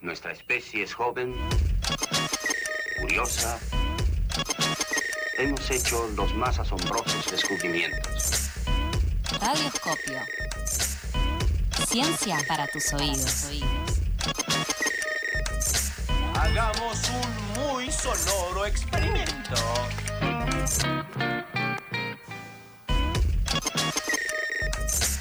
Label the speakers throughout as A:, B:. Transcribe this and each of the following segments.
A: Nuestra especie es joven, curiosa. Hemos hecho los más asombrosos descubrimientos.
B: Radioscopio. Ciencia para tus oídos.
C: Hagamos un muy sonoro experimento.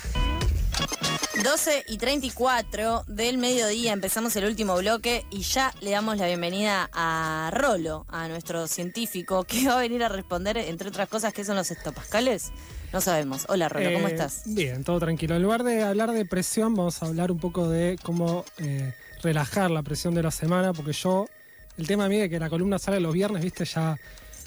D: Oídos. 12 y 34 del mediodía empezamos el último bloque y ya le damos la bienvenida a Rolo, a nuestro científico, que va a venir a responder, entre otras cosas, ¿qué son los hectopascales? No sabemos. Hola Rolo, ¿cómo
E: Eh,
D: estás?
E: Bien, todo tranquilo. En lugar de hablar de presión, vamos a hablar un poco de cómo eh, relajar la presión de la semana, porque yo, el tema mío de que la columna sale los viernes, viste, ya...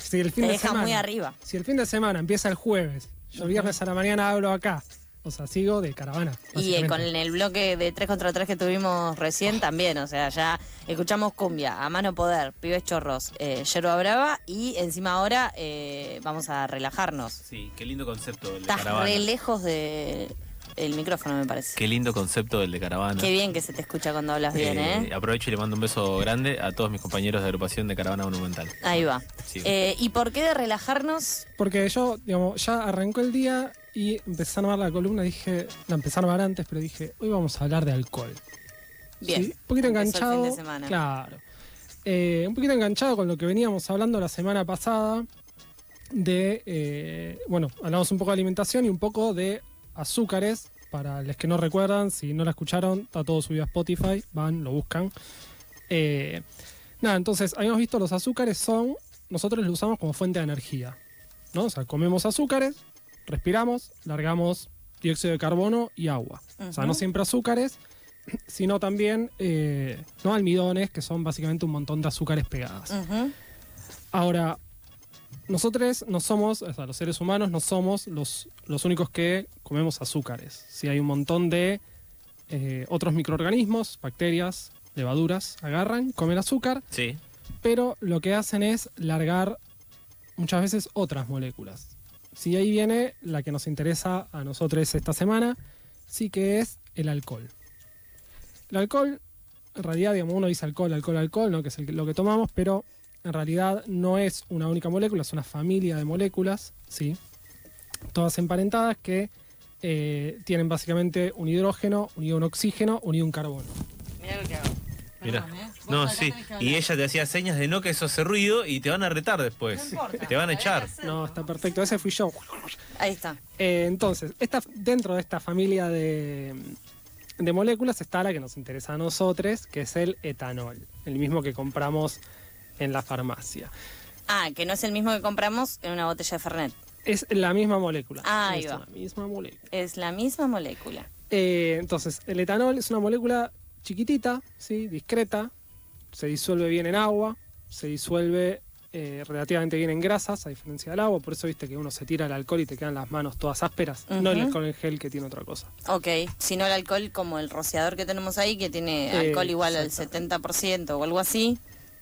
E: Si el fin
D: Te
E: de
D: deja
E: semana,
D: muy arriba.
E: Si el fin de semana empieza el jueves, yo viernes a la mañana hablo acá. O sea, sigo de caravana.
D: Y eh,
E: básicamente.
D: con el bloque de 3 contra 3 que tuvimos recién también, o sea, ya escuchamos cumbia, a mano poder, pibes chorros, eh, yerba brava y encima ahora eh, vamos a relajarnos.
F: Sí, qué lindo concepto el de
D: Estás
F: caravana.
D: re lejos de el micrófono, me parece.
F: Qué lindo concepto el de caravana.
D: Qué bien que se te escucha cuando hablas bien, ¿eh?
F: Aprovecho y le mando un beso grande a todos mis compañeros de agrupación de Caravana Monumental.
D: Ahí va.
F: Sí.
D: Eh, ¿Y por qué de relajarnos?
E: Porque yo, digamos, ya arrancó el día y empecé a armar la columna. Dije, la empecé a armar antes, pero dije, hoy vamos a hablar de alcohol.
D: Bien.
E: Sí, un
D: Empezó
E: poquito
D: el
E: enganchado.
D: fin de semana.
E: Claro. Eh, un poquito enganchado con lo que veníamos hablando la semana pasada de, eh, bueno, hablamos un poco de alimentación y un poco de azúcares. Para los que no recuerdan, si no la escucharon, está todo subido a Spotify, van, lo buscan. Eh, nada, entonces, habíamos visto los azúcares son, nosotros los usamos como fuente de energía, ¿no? O sea, comemos azúcares, respiramos, largamos dióxido de carbono y agua. O sea, no
D: Ujú.
E: siempre azúcares, sino también eh, ¿no? almidones, que son básicamente un montón de azúcares pegadas.
D: Ujú.
E: Ahora, nosotros no somos, o sea, los seres humanos no somos los, los únicos que comemos azúcares. Sí, hay un montón de eh, otros microorganismos, bacterias, levaduras, agarran, comen azúcar,
F: Sí.
E: pero lo que hacen es largar muchas veces otras moléculas. Sí, ahí viene la que nos interesa a nosotros esta semana, sí que es el alcohol. El alcohol, en realidad, digamos, uno dice alcohol, alcohol, alcohol, ¿no? que es el que- lo que tomamos, pero en realidad no es una única molécula, es una familia de moléculas, ¿sí? Todas emparentadas que eh, tienen básicamente un hidrógeno, unido a un oxígeno, unido a un carbono.
D: Mirá lo que hago.
F: Mira.
D: Perdón, ¿eh? Vos
F: No,
D: acá
F: sí.
D: tenés que hablar.
F: Y ella te hacía señas de no que eso hace ruido y te van a retar después.
D: No importa,
F: te van a
D: había
F: echar.
D: que hacer.
E: No, está perfecto, ese fui yo.
D: Ahí está.
E: Eh, entonces, esta, dentro de esta familia de, de moléculas está la que nos interesa a nosotros, que es el etanol, el mismo que compramos en la farmacia.
D: Ah, que no es el mismo que compramos en una botella de Fernet.
E: Es la misma molécula.
D: Ah, ahí
E: es
D: va.
E: la misma molécula.
D: Es la misma molécula.
E: Eh, entonces, el etanol es una molécula chiquitita, ¿sí? discreta, se disuelve bien en agua, se disuelve eh, relativamente bien en grasas, a diferencia del agua, por eso viste que uno se tira el alcohol y te quedan las manos todas ásperas, no el
D: Ujú.
E: alcohol en gel que tiene otra cosa.
D: Ok, si no el alcohol como el rociador que tenemos ahí, que tiene
E: Eh,
D: alcohol igual al 70% o algo así.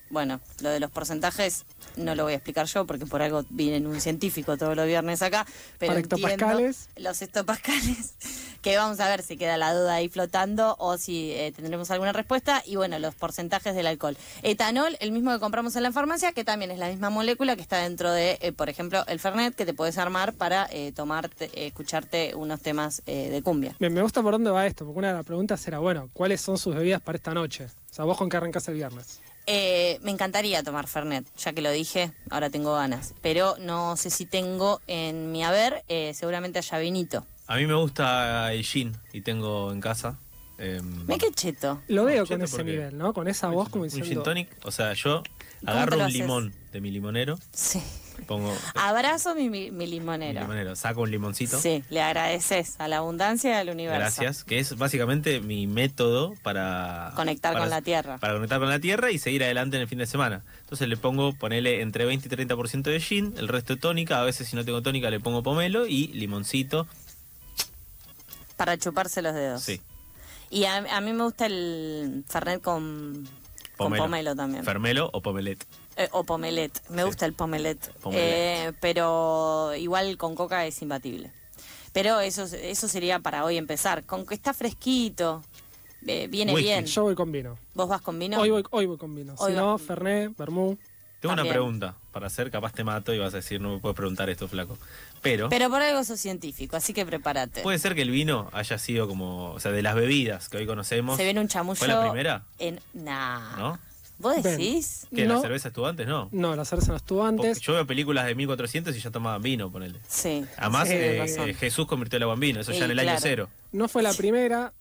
D: Bueno, lo de los porcentajes no lo voy a explicar yo porque por algo viene un científico todos los viernes acá. Pero
E: Para
D: entiendo
E: hectopascales.
D: Los hectopascales, que vamos a ver si queda la duda ahí flotando o si eh, tendremos alguna respuesta. Y bueno, los porcentajes del alcohol. Etanol, el mismo que compramos en la farmacia, que también es la misma molécula que está dentro de, eh, por ejemplo, el Fernet, que te puedes armar para eh, tomarte, eh, escucharte unos temas eh, de cumbia.
E: Me, me gusta por dónde va esto, porque una de las preguntas era, bueno, ¿cuáles son sus bebidas para esta noche? O sea, vos con qué arrancás el viernes.
D: Eh, me encantaría tomar Fernet, ya que lo dije, ahora tengo ganas. Pero no sé si tengo en mi haber, eh, seguramente haya vinito.
F: A mí me gusta el gin y tengo en casa. em,
D: Me que cheto.
E: Lo veo
F: cheto,
E: con ese
F: porque-
E: nivel, ¿no? Con esa voz como
F: un gin
E: diciendo...
F: tonic. O sea, yo
D: te
F: agarro
D: lo
F: un
D: haces?
F: limón de mi limonero,
D: Sí.
F: pongo
D: Abrazo mi, mi- mi
F: mi
D: limonero.
F: limonero, saco un limoncito.
D: Sí, le agradeces a la abundancia y al universo.
F: Gracias, que es básicamente mi método para
D: Conectar
F: para-
D: con la tierra.
F: Para conectar con la tierra y seguir adelante en el fin de semana. Entonces le pongo, ponele entre 20 y 30% de gin, el resto de tónica, a veces si no tengo tónica le pongo pomelo y limoncito.
D: Para chuparse los dedos.
F: Sí,
D: Y a, a mí me gusta el Fernet con con pomelo,
F: pomelo.
D: también.
F: Fermelo o pomelet.
D: Eh, o pomelet. Me
F: Sí.
D: gusta el pomelet.
F: Pomelet.
D: Eh, pero igual con coca es imbatible. Pero eso, eso sería para hoy empezar. Con que está fresquito. eh, viene
F: Whisky.
D: bien.
E: Yo voy con vino.
D: Vos vas con vino.
E: Hoy, voy, hoy voy con vino.
D: Hoy
E: si
D: vas
E: no,
D: con-
E: Fernet, Vermú.
F: Tengo una
D: También.
F: pregunta para hacer, capaz te mato y vas a decir, no me puedes preguntar esto, flaco. Pero,
D: Pero por algo sos científico, así que prepárate.
F: puede ser que el vino haya sido como, o sea, de las bebidas que hoy conocemos.
D: Se viene un chamullo.
F: ¿Fue la primera?
D: En... Nah.
F: ¿No?
D: ¿Vos
E: Ven.
D: decís?
F: Que la
E: No.
F: cerveza estuvo antes, ¿no?
E: No, la cerveza no estuvo antes.
F: Porque Yo veo películas de 1400 y ya tomaban vino, ponele.
D: Sí.
F: Además,
E: Sí,
F: eh,
D: razón.
F: Jesús convirtió el agua en vino, eso
D: Sí,
F: ya en el año
D: claro.
F: cero.
E: No fue la primera.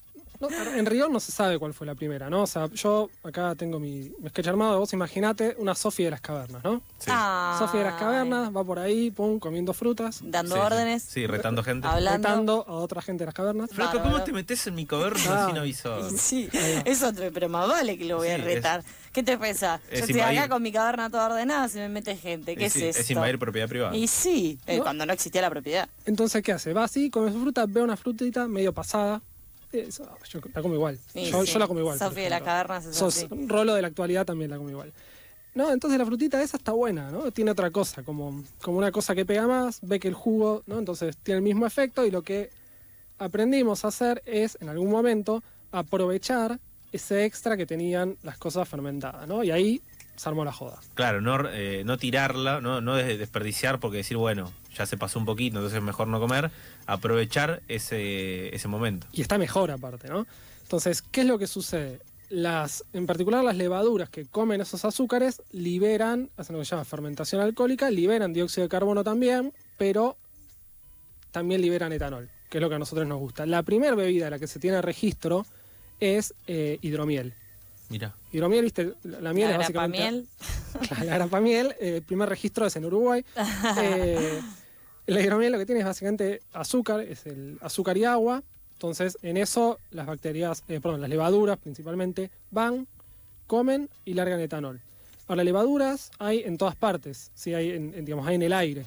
E: No, en rigor no se sabe cuál fue la primera, ¿no? O sea, yo acá tengo mi, mi sketch armado. Vos imaginate una Sofía de las cavernas, ¿no?
F: Sí.
D: Ay.
E: Sofía de las cavernas va por ahí, pum, comiendo frutas,
D: eh, Dando
F: Sí, sí.
D: órdenes.
F: Sí, retando gente.
D: Hablando.
E: retando a otra gente de las cavernas.
F: Flaco, ¿cómo
D: Bárbaro.
F: te metes en mi caverna
E: Ah.
F: sin avisar?
D: Sí, es otro, pero más vale que lo voy a
F: Sí, es-
D: retar. ¿Qué te pesa?
F: es
D: Yo estoy
F: invadir.
D: acá con mi caverna toda ordenada, se me mete gente. ¿Qué es,
F: Es- es
D: esto?
F: invadir propiedad privada.
D: Y sí, eh,
E: ¿No?
D: cuando no existía la propiedad.
E: Entonces, ¿qué hace? Va así, come su fruta, ve una frutita medio pasada. Eh, Eso, yo la como igual.
D: Sí,
E: yo,
D: sí.
E: yo la como igual. por
D: Sofía de las
E: ejemplo.
D: cavernas es
E: Sos
D: así.
E: un rolo de la actualidad también la como igual. No, entonces la frutita esa está buena, ¿no? Tiene otra cosa, como, como una cosa que pega más, ve que el jugo, ¿no? Entonces tiene el mismo efecto y lo que aprendimos a hacer es, en algún momento, aprovechar ese extra que tenían las cosas fermentadas, ¿no? Y ahí se armó la joda.
F: Claro, no, eh, no tirarla, no, no des- desperdiciar porque decir, bueno, ya se pasó un poquito, entonces es mejor no comer. Aprovechar ese, ese momento.
E: Y está mejor aparte, ¿no? Entonces, ¿qué es lo que sucede? Las, en particular las levaduras que comen esos azúcares liberan, hacen lo que se llama fermentación alcohólica, liberan dióxido de carbono también, pero también liberan etanol, que es lo que a nosotros nos gusta. La primera bebida de la que se tiene registro es eh, hidromiel.
F: Mira.
E: Hidromiel, viste, la, la miel
D: La
E: es
D: grapa
E: básicamente...
D: miel.
E: La, la grapa miel, eh, el primer registro es en Uruguay. Eh, la hidromiel lo que tiene es básicamente azúcar, es el azúcar y agua. Entonces, en eso las bacterias, eh, perdón, las levaduras principalmente van, comen y largan etanol. Ahora, levaduras hay en todas partes, ¿sí? hay en, en, digamos, hay en el aire.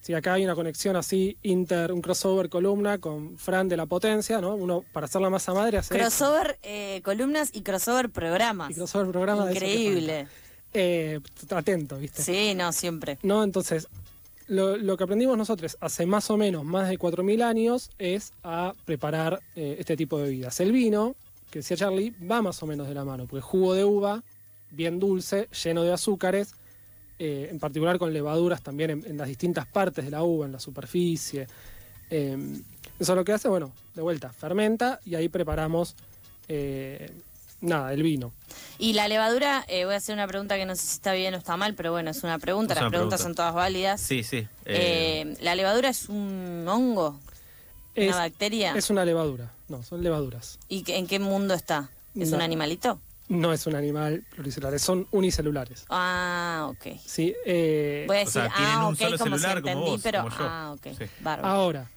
E: Si acá hay una conexión así, inter, un crossover columna con Fran de la potencia, ¿no? Uno para hacer la masa madre hace eso.
D: Crossover eh, columnas y crossover programas.
E: Y crossover programa de eso que
D: Increíble.
E: cuenta. Eh, atento, ¿viste?
D: Sí, no, siempre.
E: ¿no? Entonces, lo, lo que aprendimos nosotros hace más o menos más de 4.000 años es a preparar eh, este tipo de bebidas. El vino, que decía Charlie, va más o menos de la mano, porque jugo de uva, bien dulce, lleno de azúcares, eh, en particular con levaduras también en, en las distintas partes de la uva, en la superficie. Eh, eso lo que hace, bueno, de vuelta, fermenta y ahí preparamos, eh, nada, el vino.
D: Y la levadura, eh, voy a hacer una pregunta que no sé si está bien o está mal, pero bueno, es una pregunta,
F: Es
D: las
F: una
D: preguntas
F: pregunta.
D: son todas válidas.
F: Sí, sí. eh,
D: Eh, ¿La levadura es un hongo?
E: Es,
D: ¿Una bacteria?
E: es una levadura, no, son levaduras.
D: ¿Y qué- en qué mundo está? ¿Es
E: No.
D: un animalito?
E: No es un animal pluricelular, son unicelulares.
D: Ah, ok.
E: Sí, eh,
D: Voy a
F: o
D: decir,
F: sea, tienen
D: ah,
F: un
D: ok,
F: solo
D: como si
F: celular
D: entendí,
F: como vos,
D: pero.
F: como yo.
D: Ah, ok.
F: Sí.
D: Bárbaro.
E: ahora,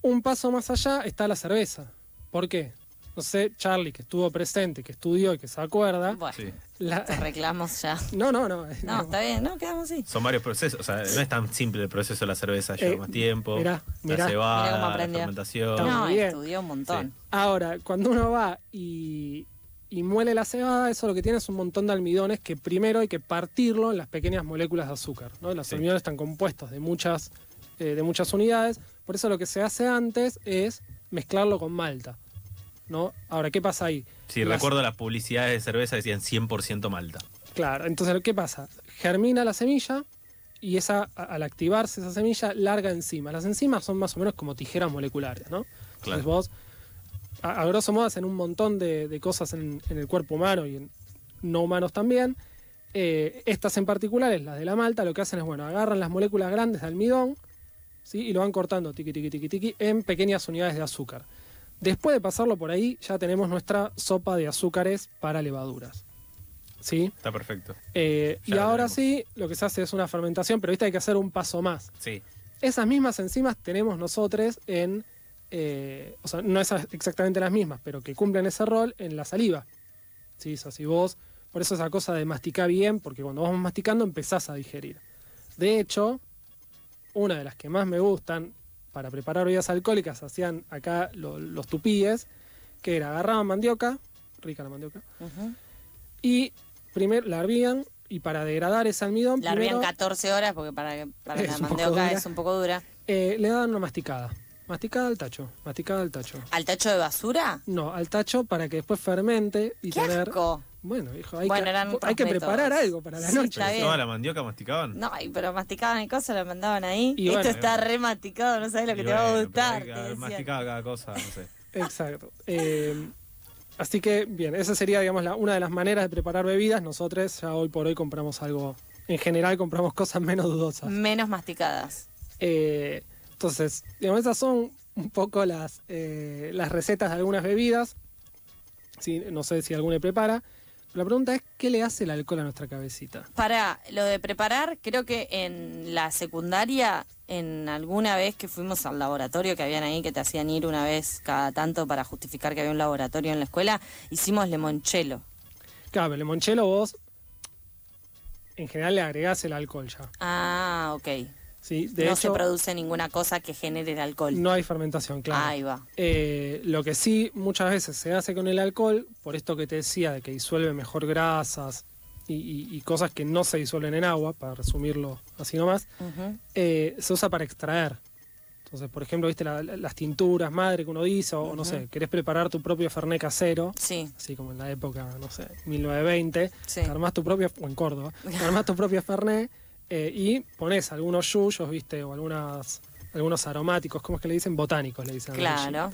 E: un paso más allá está la cerveza. ¿Por qué? No sé, Charlie, que estuvo presente, que estudió y que se acuerda.
D: bueno,
F: sí.
E: la-
D: te reclamos ya.
E: no, no, no.
D: No, está bien, no, quedamos así.
F: Son varios procesos, o sea, no es tan simple el proceso de la cerveza, lleva
E: Eh,
F: más tiempo,
E: mirá, mirá.
F: la cebada,
D: Mirá cómo
F: la
D: aprendió.
F: fermentación.
E: Está
D: No,
E: muy bien.
D: estudió un montón.
E: Ahora, cuando uno va y, y muele la cebada, eso lo que tiene es un montón de almidones que primero hay que partirlo en las pequeñas moléculas de azúcar. ¿no? Los
F: Sí.
E: almidones están compuestos de muchas, eh, de muchas unidades, por eso lo que se hace antes es mezclarlo con malta. ¿no? Ahora, ¿qué pasa ahí?
F: Sí,
E: Las-
F: recuerdo las publicidades de cerveza decían 100% malta.
E: Claro, entonces ¿qué pasa? Germina la semilla y esa, a- al activarse esa semilla larga enzimas. Las enzimas son más o menos como tijeras moleculares, ¿no?
F: Claro.
E: Entonces vos, a, a grosso modo, hacen un montón de, de cosas en, en el cuerpo humano y en no humanos también. Eh, estas en particulares, las de la malta, lo que hacen es, bueno, agarran las moléculas grandes de almidón ¿sí? y lo van cortando, tiqui, tiqui, tiqui, tiqui, en pequeñas unidades de azúcar. Después de pasarlo por ahí, ya tenemos nuestra sopa de azúcares para levaduras. ¿Sí?
F: Está perfecto.
E: Eh,
F: Ya
E: y
F: lo
E: ahora
F: tenemos.
E: sí, lo que se hace es una fermentación, pero viste, hay que hacer un paso más.
F: Sí,
E: Esas mismas enzimas tenemos nosotros en, eh, o sea, no esas exactamente las mismas, pero que cumplen ese rol en la saliva. Sí, o sea, si vos, por eso esa cosa de masticar bien, porque cuando vamos masticando empezás a digerir. De hecho, una de las que más me gustan para preparar bebidas alcohólicas hacían acá lo- los tupíes, que era agarraban mandioca, rica la mandioca,
D: Ujú.
E: y primero la hervían y para degradar ese almidón
D: La hervían
E: primero,
D: 14 horas porque para, para
E: Es
D: la
E: un poco
D: mandioca
E: dura.
D: es un poco dura.
E: eh, le daban una masticada. Masticada al tacho, masticada al tacho.
D: ¿Al tacho de basura?
E: No, al tacho para que después fermente y
D: ¡Qué
E: tener.
D: asco!
E: Bueno, hijo, hay,
D: Bueno,
E: que,
D: eran
E: hay
D: otros
E: que preparar
D: métodos.
E: algo para la
D: Sí,
E: noche.
D: Está
F: ¿Se
D: bien.
F: ¿Toda la mandioca masticaban?
D: No, ay, pero masticaban el coso, lo mandaban ahí.
E: Y
D: Esto
E: bueno.
D: está re masticado, no sabes lo que
F: Y
D: te va a
F: bueno, pero hay
D: gustar.
F: que
D: te
F: haber
D: decían.
F: masticado cada cosa, no sé.
E: Exacto. Eh, así que, bien, esa sería, digamos, la- una de las maneras de preparar bebidas. Nosotros ya hoy por hoy compramos algo, en general compramos cosas menos dudosas.
D: Menos masticadas.
E: Eh, entonces, digamos, esas son un poco las, eh, las recetas de algunas bebidas. Sí, no sé si alguna prepara. La pregunta es, ¿qué le hace el alcohol a nuestra cabecita?
D: Para lo de preparar, creo que en la secundaria, en alguna vez que fuimos al laboratorio que habían ahí, que te hacían ir una vez cada tanto para justificar que había un laboratorio en la escuela, hicimos limonchelo.
E: Claro, pero el limonchelo vos, en general, le agregás el alcohol ya.
D: Ah, ok.
E: ¿sí? De
D: no
E: hecho,
D: se produce ninguna cosa que genere el alcohol.
E: no hay fermentación, claro.
D: Ahí va.
E: Eh, lo que sí muchas veces se hace con el alcohol, por esto que te decía, de que disuelve mejor grasas y, y- y cosas que no se disuelven en agua, para resumirlo así nomás,
D: Ujú.
E: eh, se usa para extraer. Entonces, por ejemplo, viste la- la- las tinturas madre que uno dice, o, o no sé, querés preparar tu propio Fernet casero,
D: Sí,
E: así como en la época, no sé, 1920,
D: Sí.
E: te armás tu propia, o en Córdoba, te armás tu propia Fernet eh, y pones algunos yuyos, viste, o algunas, algunos aromáticos, ¿cómo es que le dicen? Botánicos, le dicen. a los yuyos.
D: claro.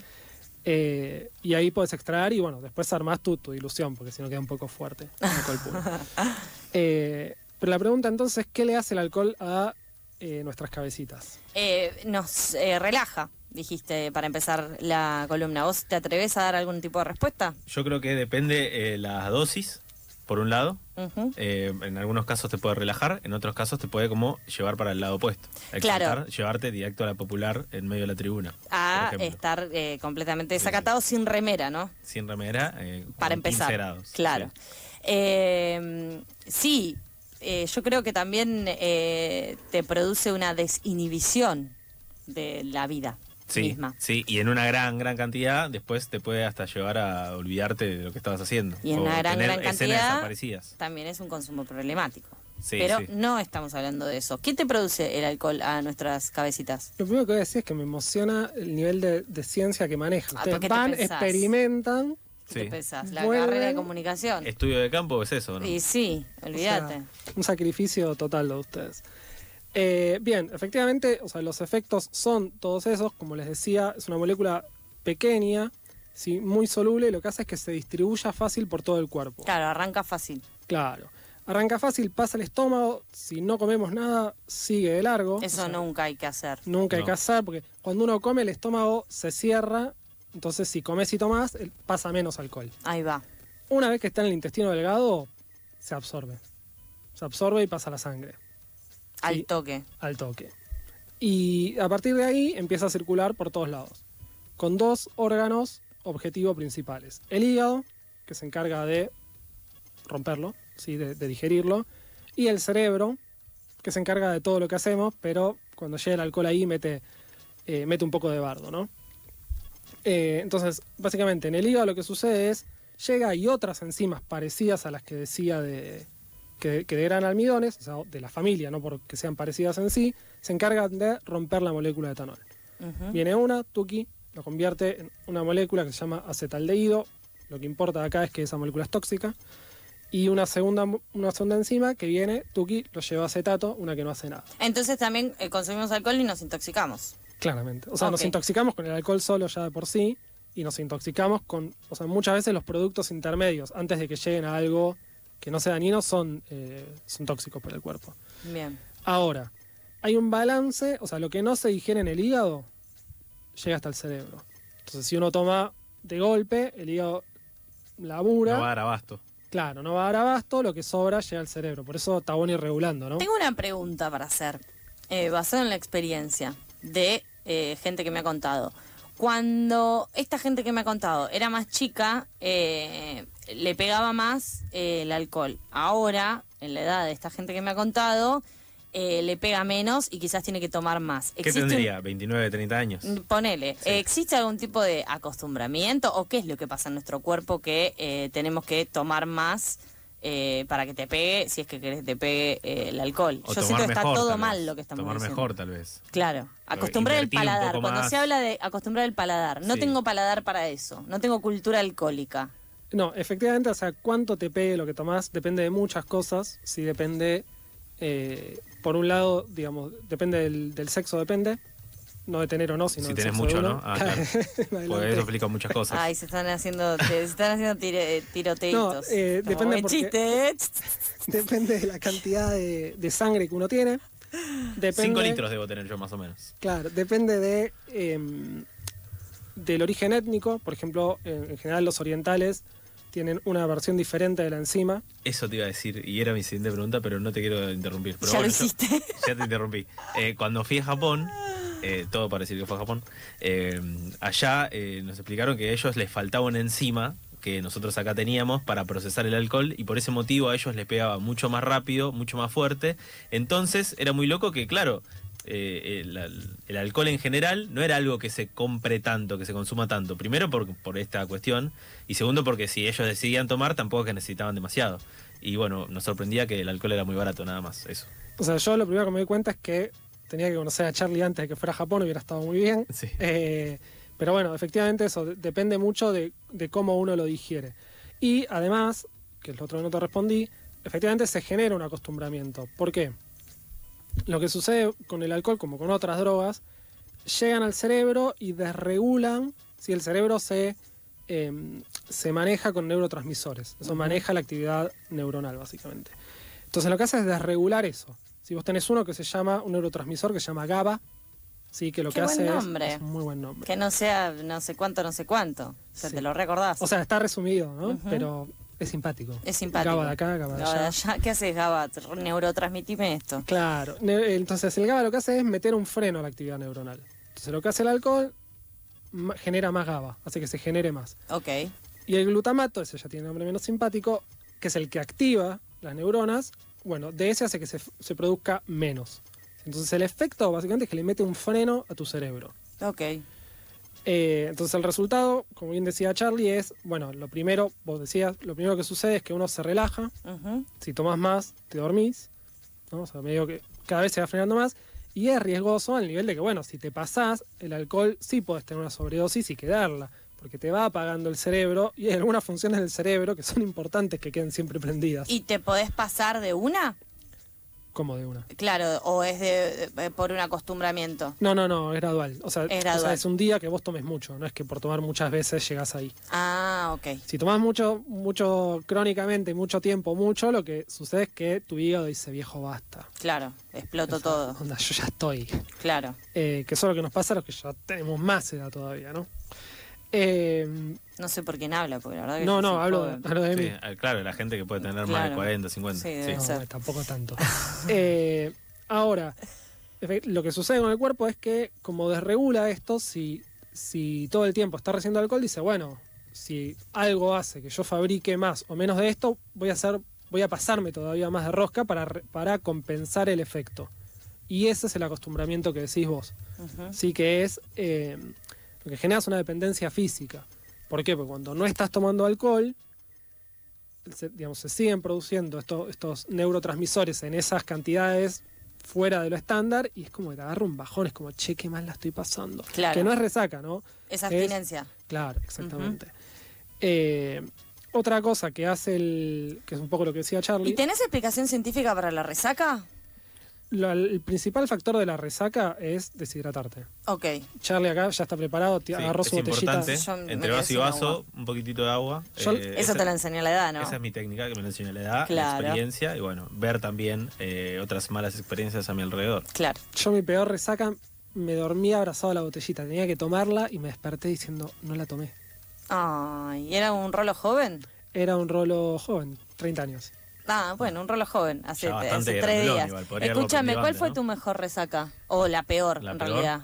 E: Eh, y ahí puedes extraer y bueno, después armás tú tu ilusión, porque si no queda un poco fuerte el alcohol puro. Eh, pero la pregunta entonces, ¿qué le hace el alcohol a eh, nuestras cabecitas?
D: Eh, nos eh, relaja, dijiste, para empezar la columna. ¿Vos te atreves a dar algún tipo de respuesta?
F: Yo creo que depende eh, la dosis, por un lado.
D: Ujú.
F: Eh, en algunos casos te puede relajar, en otros casos te puede como llevar para el lado opuesto.
D: Claro.
F: Exaltar, Llevarte directo a la popular en medio de la tribuna.
D: A
F: por ejemplo.
D: estar eh, completamente
F: sí.
D: desacatado sin remera, ¿no?
F: Sin remera, eh, con
D: Para
F: 15
D: empezar.
F: grados.
D: Claro.
F: Sí.
D: Eh, sí, eh, yo creo que también eh, te produce una desinhibición de la vida
F: Sí,
D: misma.
F: sí, y en una gran, gran cantidad, después te puede hasta llevar a olvidarte de lo que estabas haciendo.
D: Y en
F: o
D: una gran,
F: tener
D: gran
F: escenas
D: cantidad-
F: desaparecidas.
D: También es un consumo problemático.
F: Sí,
D: Pero
F: sí.
D: no estamos hablando de eso. ¿Qué te produce el alcohol a nuestras cabecitas?
E: Lo primero que voy a decir es que me emociona el nivel de, de ciencia que manejan.
D: Ah,
E: Ustedes
D: ¿por qué te
E: van,
D: pensás?
E: experimentan.
D: ¿Qué te
F: Sí.
D: pensás? La
E: Vuelven-
D: carrera de comunicación.
F: Estudio de campo es eso, ¿no?
D: Y sí,
E: o sea,
D: olvídate.
E: un sacrificio total de ustedes. Eh, bien, efectivamente, o sea, los efectos son todos esos. Como les decía, es una molécula pequeña, sí, muy soluble, y lo que hace es que se distribuya fácil por todo el cuerpo.
D: Claro, arranca fácil.
E: Claro. Arranca fácil, pasa al estómago, si no comemos nada, sigue de largo.
D: Eso
E: O sea,
D: nunca hay que hacer.
E: Nunca hay
F: No.
E: que hacer, porque cuando uno come el estómago se cierra, entonces si comes y tomás, eh, pasa menos alcohol.
D: Ahí va.
E: Una vez que está en el intestino delgado, se absorbe. Se absorbe y pasa a la sangre,
D: Al
E: Sí.
D: toque.
E: al toque. Y a partir de ahí empieza a circular por todos lados, con dos órganos objetivo principales. El hígado, que se encarga de romperlo, ¿sí? de, de digerirlo, y el cerebro, que se encarga de todo lo que hacemos, pero cuando llega el alcohol ahí mete, eh, mete un poco de bardo, ¿no? Eh, entonces, básicamente en el hígado lo que sucede es, llega y otras enzimas parecidas a las que decía de, que, que eran almidones, o sea, de la familia, no porque sean parecidas en sí, se encargan de romper la molécula de etanol.
D: Ujú.
E: Viene una, Tuki, lo convierte en una molécula que se llama acetaldehído. Lo que importa acá es que esa molécula es tóxica. Y una segunda, mo- una segunda enzima que viene, Tuki, lo lleva a acetato, una que no hace nada.
D: Entonces también eh, consumimos alcohol y nos intoxicamos.
E: Claramente. O sea, nos
D: Ok.
E: intoxicamos con el alcohol solo ya de por sí. Y nos intoxicamos con, o sea, muchas veces los productos intermedios, antes de que lleguen a algo que no sea dañino, son, eh, son tóxicos para el cuerpo.
D: Bien.
E: Ahora, hay un balance, o sea, lo que no se digiere en el hígado llega hasta el cerebro. Entonces, si uno toma de golpe, el hígado labura,
F: No va a dar abasto.
E: claro, no va a dar abasto, lo que sobra llega al cerebro. Por eso está bueno ir regulando, ¿no?
D: Tengo una pregunta para hacer, eh, basada en la experiencia de eh, gente que me ha contado. Cuando esta gente que me ha contado era más chica, eh, le pegaba más eh, el alcohol. Ahora, en la edad de esta gente que me ha contado, eh, le pega menos y quizás tiene que tomar más.
F: ¿Qué
D: un-
F: tendría? ¿29, 30 años?
D: Ponele, ¿existe algún tipo de acostumbramiento o qué es lo que pasa en nuestro cuerpo que eh, tenemos que tomar más eh, para que te pegue, si es que querés que te pegue eh, el alcohol.
F: O
D: Yo
F: tomar
D: siento que está
F: mejor,
D: todo
F: tal
D: mal
F: vez.
D: lo que estamos
F: Tomar
D: diciendo.
F: mejor, tal vez.
D: Claro, acostumbrar el
F: invertir un
D: paladar.
F: poco
D: Cuando
F: más.
D: se habla de acostumbrar el paladar, no
F: Sí.
D: tengo paladar para eso, no tengo cultura alcohólica.
E: No, efectivamente, o sea, cuánto te pegue lo que tomás depende de muchas cosas. Si depende, eh, por un lado, digamos, depende del, del sexo, depende. No de tener o no, sino
F: Si
E: del
F: tenés
E: sexo
F: mucho,
E: de uno.
F: ¿no? Ah, claro. Porque eso
E: Adelante.
F: explica muchas cosas.
D: Ay, se están haciendo, se están haciendo tire- tiroteitos.
E: No, eh,
D: Como
E: depende
D: buen
E: porque-
D: chiste, ¿eh?
E: Depende de la cantidad de, de sangre que uno tiene. Depende,
F: 5 litros debo tener yo, más o menos.
E: Claro, depende de em, del origen étnico. Por ejemplo, en, en general los orientales tienen una versión diferente de la enzima.
F: Eso te iba a decir, y era mi siguiente pregunta, pero no te quiero interrumpir. Pero
D: Ya lo
F: bueno, yo-
D: hiciste.
F: ya te interrumpí. Eh, cuando fui a Japón, eh, todo para decir que fue a Japón, eh, allá eh, nos explicaron que a ellos les faltaba una enzima que nosotros acá teníamos para procesar el alcohol y por ese motivo a ellos les pegaba mucho más rápido, mucho más fuerte. Entonces era muy loco que, claro, eh, el, al- el alcohol en general no era algo que se compre tanto, que se consuma tanto. Primero por, por esta cuestión y segundo porque si ellos decidían tomar tampoco es que necesitaban demasiado. Y bueno, nos sorprendía que el alcohol era muy barato, nada más, eso.
E: O sea, yo lo primero que me di cuenta es que tenía que conocer a Charlie antes de que fuera a Japón, hubiera estado muy bien.
F: Sí.
E: Eh, pero bueno, efectivamente eso de- depende mucho de, de cómo uno lo digiere. Y además, que es lo otro que no te respondí, efectivamente se genera un acostumbramiento. ¿Por qué? Lo que sucede con el alcohol, como con otras drogas, llegan al cerebro y desregulan si el cerebro se, eh, se maneja con neurotransmisores. Eso maneja la actividad neuronal, básicamente. Entonces lo que hace es desregular eso. Si vos tenés uno que se llama, un neurotransmisor que se llama GABA, sí, que lo
D: Qué
E: que
D: buen
E: hace es-
D: nombre.
E: es, un muy buen nombre.
D: Que no sea no sé cuánto, no sé cuánto. O sea,
E: Sí.
D: te lo recordás.
E: O sea, está resumido, ¿no?
D: Ujú.
E: Pero es simpático.
D: es simpático.
E: GABA de acá, GABA de allá.
D: ¿Qué haces, Gaba? Neurotransmitime esto.
E: Claro. Ne- Entonces el GABA lo que hace es meter un freno a la actividad neuronal. Entonces lo que hace el alcohol ma- genera más GABA, hace que se genere más.
D: Ok.
E: Y el glutamato, ese ya tiene nombre menos simpático, que es el que activa las neuronas, bueno, de ese hace que se, se produzca menos. Entonces el efecto básicamente es que le mete un freno a tu cerebro.
D: Ok.
E: Eh, entonces el resultado, como bien decía Charlie, es, bueno, lo primero, vos decías, lo primero que sucede es que uno se relaja,
D: Ujú.
E: si tomás más, te dormís, ¿no? O sea, medio que cada vez se va frenando más, y es riesgoso al nivel de que, bueno, si te pasás, el alcohol sí podés tener una sobredosis y quedarla, porque te va apagando el cerebro, y hay algunas funciones del cerebro que son importantes que queden siempre prendidas,
D: ¿Y te podés pasar de una?
E: como de una.
D: Claro, o es de, eh, por un acostumbramiento.
E: No, no, no, es gradual. O sea,
D: Es
E: o sea,
D: gradual.
E: es un día que vos tomes mucho, no es que por tomar muchas veces llegás ahí.
D: Ah, ok.
E: Si tomás mucho, mucho crónicamente, mucho tiempo, mucho, lo que sucede es que tu hígado dice, viejo, basta.
D: Claro, exploto
E: Eso,
D: todo.
E: Onda, yo ya estoy.
D: Claro.
E: Eh, que eso es lo que nos pasa a los que ya tenemos más edad todavía, ¿no? Eh,
D: No sé por quién habla, porque la verdad que
E: no,
D: yo
E: no,
D: soy
E: hablo,
D: joven.
E: de- hablo de
F: Sí,
E: mí.
F: ah, claro, la gente que puede tener más
D: Claro.
F: de 40, 50.
D: Sí,
F: Sí,
D: debe
E: No,
D: ser.
E: tampoco tanto. Eh, ahora, efe- lo que sucede con el cuerpo es que como desregula esto, si, si todo el tiempo está recibiendo alcohol, dice, bueno, si algo hace que yo fabrique más o menos de esto, voy a hacer, voy a pasarme todavía más de rosca para, re- para compensar el efecto. Y ese es el acostumbramiento que decís vos.
D: Ujú.
E: Sí, que es eh, lo que genera es una dependencia física. ¿Por qué? Porque cuando no estás tomando alcohol, se, digamos, se siguen produciendo estos, estos neurotransmisores en esas cantidades fuera de lo estándar y es como que te agarra un bajón, es como, che, qué mal la estoy pasando.
D: Claro.
E: Que no es resaca, ¿no?
D: Es abstinencia.
E: Claro, exactamente. Eh, otra cosa que hace el, que es un poco lo que decía Charlie,
D: ¿Y tenés explicación científica para la resaca?
E: lo- el principal factor de la resaca es deshidratarte.
D: Ok.
E: Charlie acá ya está preparado, te
F: Sí,
E: agarró
F: es
E: su botellita.
F: importante.
D: Yo me
F: Entre
D: quedé
F: vaso y
D: sin
F: vaso,
D: agua.
F: un poquitito de agua. eh,
E: Yo-
D: Eso te lo enseñó la edad, ¿no?
F: Esa es mi técnica que me la enseñó la edad,
D: Claro.
F: la experiencia y bueno, ver también eh, otras malas experiencias a mi alrededor.
D: Claro.
E: Yo mi peor resaca me dormí abrazado a la botellita, tenía que tomarla y me desperté diciendo, no la tomé.
D: Ay, ¿y ¿era un rolo joven?
E: Era un rolo joven, 30 años.
D: Ah, bueno, un rolo joven, hace,
F: Ya bastante
D: hace tres
F: grandulón
D: días.
F: igual, podría haberlo
D: Escúchame,
F: aprendido
D: ¿cuál
F: antes,
D: fue
F: ¿no?
D: tu mejor resaca? O la peor,
F: ¿La
D: en
F: peor?
D: realidad.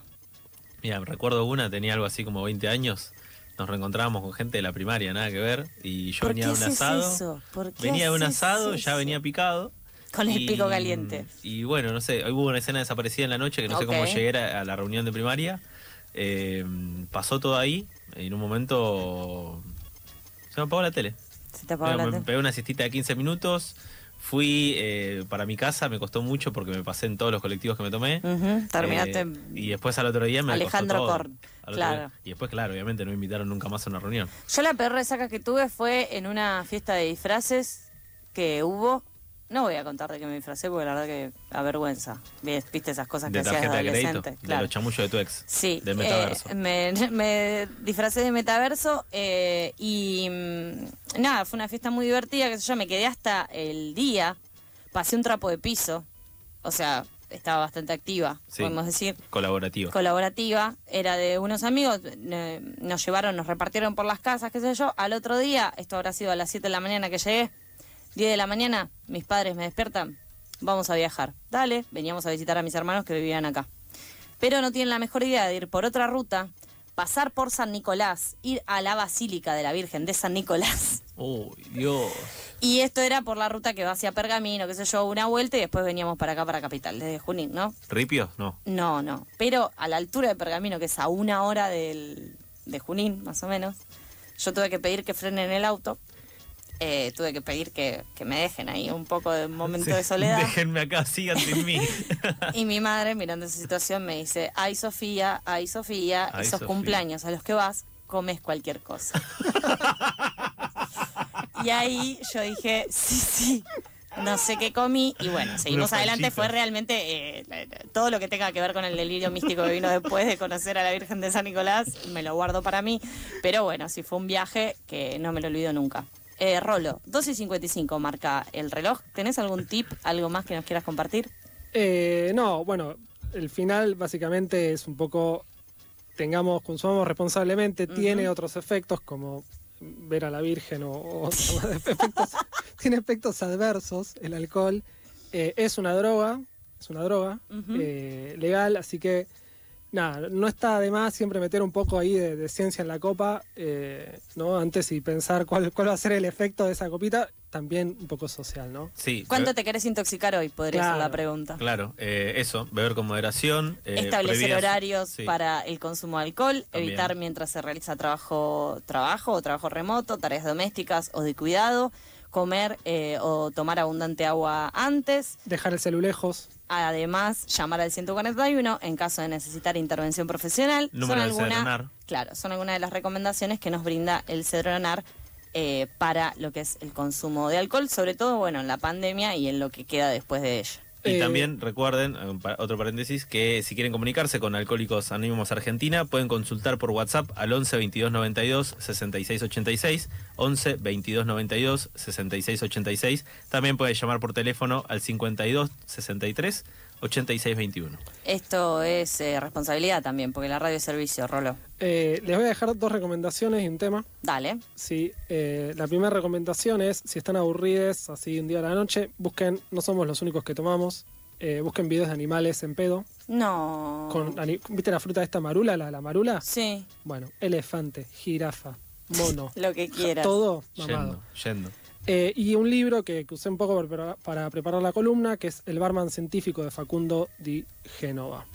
F: Mira, recuerdo una, tenía algo así como 20 años, nos reencontrábamos con gente de la primaria, nada que ver, y yo
D: ¿Por
F: venía
D: qué
F: de un
D: haces
F: asado.
D: eso? ¿Por qué
F: Venía de un
D: haces
F: asado, ya
D: eso?
F: venía picado.
D: Con el
F: Y-
D: pico caliente.
F: Y bueno, no sé, hoy hubo una escena desaparecida en la noche que no
D: Ok.
F: sé cómo llegué a, a la reunión de primaria. Eh, pasó todo ahí. En un momento se me apagó la tele.
D: Se te apagó
F: Bueno,
D: la
F: me
D: tele.
F: pegué una siestita de 15 minutos. Fui eh, para mi casa, me costó mucho porque me pasé en todos los colectivos que me tomé.
D: Ujú, Terminaste.
F: Eh, y después al otro día me costó
D: Alejandro
F: todo.
D: Korn,
F: Al otro
D: claro.
F: día- Y después, claro, obviamente no me invitaron nunca más a una reunión.
D: Yo la peor resaca que tuve fue en una fiesta de disfraces que hubo. No voy a contar de que me disfracé porque la verdad que avergüenza. Ves- Viste esas cosas que
F: De
D: hacías de
F: tarjeta de crédito,
D: adolescente.
F: de
D: claro.
F: los chamullos de tu ex.
D: Sí,
F: Del metaverso.
D: eh, me, me disfracé de metaverso eh, y mm, nada, fue una fiesta muy divertida, qué sé yo, me quedé hasta el día, pasé un trapo de piso, o sea, estaba bastante activa,
F: Sí.
D: podemos decir
F: Colaborativo.
D: colaborativa, era de unos amigos, eh, nos llevaron, nos repartieron por las casas, qué sé yo. Al otro día, esto habrá sido a las 7 de la mañana que llegué, 10 de la mañana, mis padres me despiertan, vamos a viajar. Dale, veníamos a visitar a mis hermanos que vivían acá. Pero no tienen la mejor idea de ir por otra ruta, pasar por San Nicolás, ir a la Basílica de la Virgen de San Nicolás.
F: Uy, Dios.
D: Y esto era por la ruta que va hacia Pergamino, qué sé yo, una vuelta y después veníamos para acá, para Capital, desde Junín, ¿no?
F: ¿Ripios? No.
D: No, no. Pero a la altura de Pergamino, que es a una hora del, de Junín, más o menos, yo tuve que pedir que frenen el auto. Eh, tuve que pedir que, que me dejen ahí un poco de un momento de soledad.
F: Déjenme acá, sigan sin mí.
D: Y mi madre, mirando esa situación, me dice, ay Sofía, ay Sofía,
F: Ay,
D: esos
F: Sofía.
D: cumpleaños a los que vas, comes cualquier cosa. y ahí yo dije, sí, sí, no sé qué comí. Y bueno, seguimos
F: Unos
D: adelante.
F: panchitos.
D: Fue realmente eh, la- la- todo lo que tenga que ver con el delirio místico que vino después de conocer a la Virgen de San Nicolás, me lo guardo para mí. Pero bueno, sí fue un viaje que no me lo olvido nunca. Eh, Rolo, 2 y 55 marca el reloj. ¿Tenés algún tip, algo más que nos quieras compartir?
E: Eh, no, bueno, el final básicamente es un poco, tengamos, consumamos responsablemente, tiene otros efectos como ver a la Virgen o, o- o efectos- tiene efectos adversos el alcohol. Eh, es una droga, es una droga
D: Ujú.
E: eh, legal, así que nada, no está de más siempre meter un poco ahí de, de ciencia en la copa, eh, ¿no? Antes y pensar cuál, cuál va a ser el efecto de esa copita, también un poco social, ¿no?
F: Sí.
D: ¿Cuánto
F: be-
D: te querés intoxicar hoy? Podría ser la
E: Claro.
D: pregunta.
F: Claro, eh, eso, beber con moderación. eh,
D: Establecer
F: prohibidas-
D: horarios
F: sí,
D: para el consumo de alcohol,
F: También.
D: evitar mientras se realiza trabajo, trabajo o trabajo remoto, tareas domésticas o de cuidado, comer eh, o tomar abundante agua antes,
E: Dejar el celu lejos.
D: además llamar al 141 en caso de necesitar intervención profesional.
F: Número del Cedronar.
D: Claro, son algunas de las recomendaciones que nos brinda el Cedronar eh, para lo que es el consumo de alcohol, sobre todo bueno en la pandemia y en lo que queda después de ella.
F: Y
E: Eh,
F: también recuerden, eh, pa- otro paréntesis, que si quieren comunicarse con Alcohólicos Anónimos Argentina, pueden consultar por WhatsApp al 11 22 92 66 86, 11 22 92 66 86. También pueden llamar por teléfono al 52 63 86 21.
D: Esto es eh, responsabilidad también, porque la radio es servicio, Rolo.
E: Eh, les voy a dejar dos recomendaciones y un tema.
D: Dale.
E: Sí, eh, la primera recomendación es, si están aburridos así un día a la noche, busquen, no somos los únicos que tomamos, eh, busquen videos de animales en pedo.
D: No.
E: Con, ani- ¿Viste la fruta de esta marula, la, la marula?
D: Sí,
E: Bueno, elefante, jirafa, mono,
D: lo que quieras.
E: todo mamado.
F: Yendo, yendo.
E: Eh, y un libro que, que usé un poco para, para preparar la columna, que es El barman científico de Facundo Di Genova.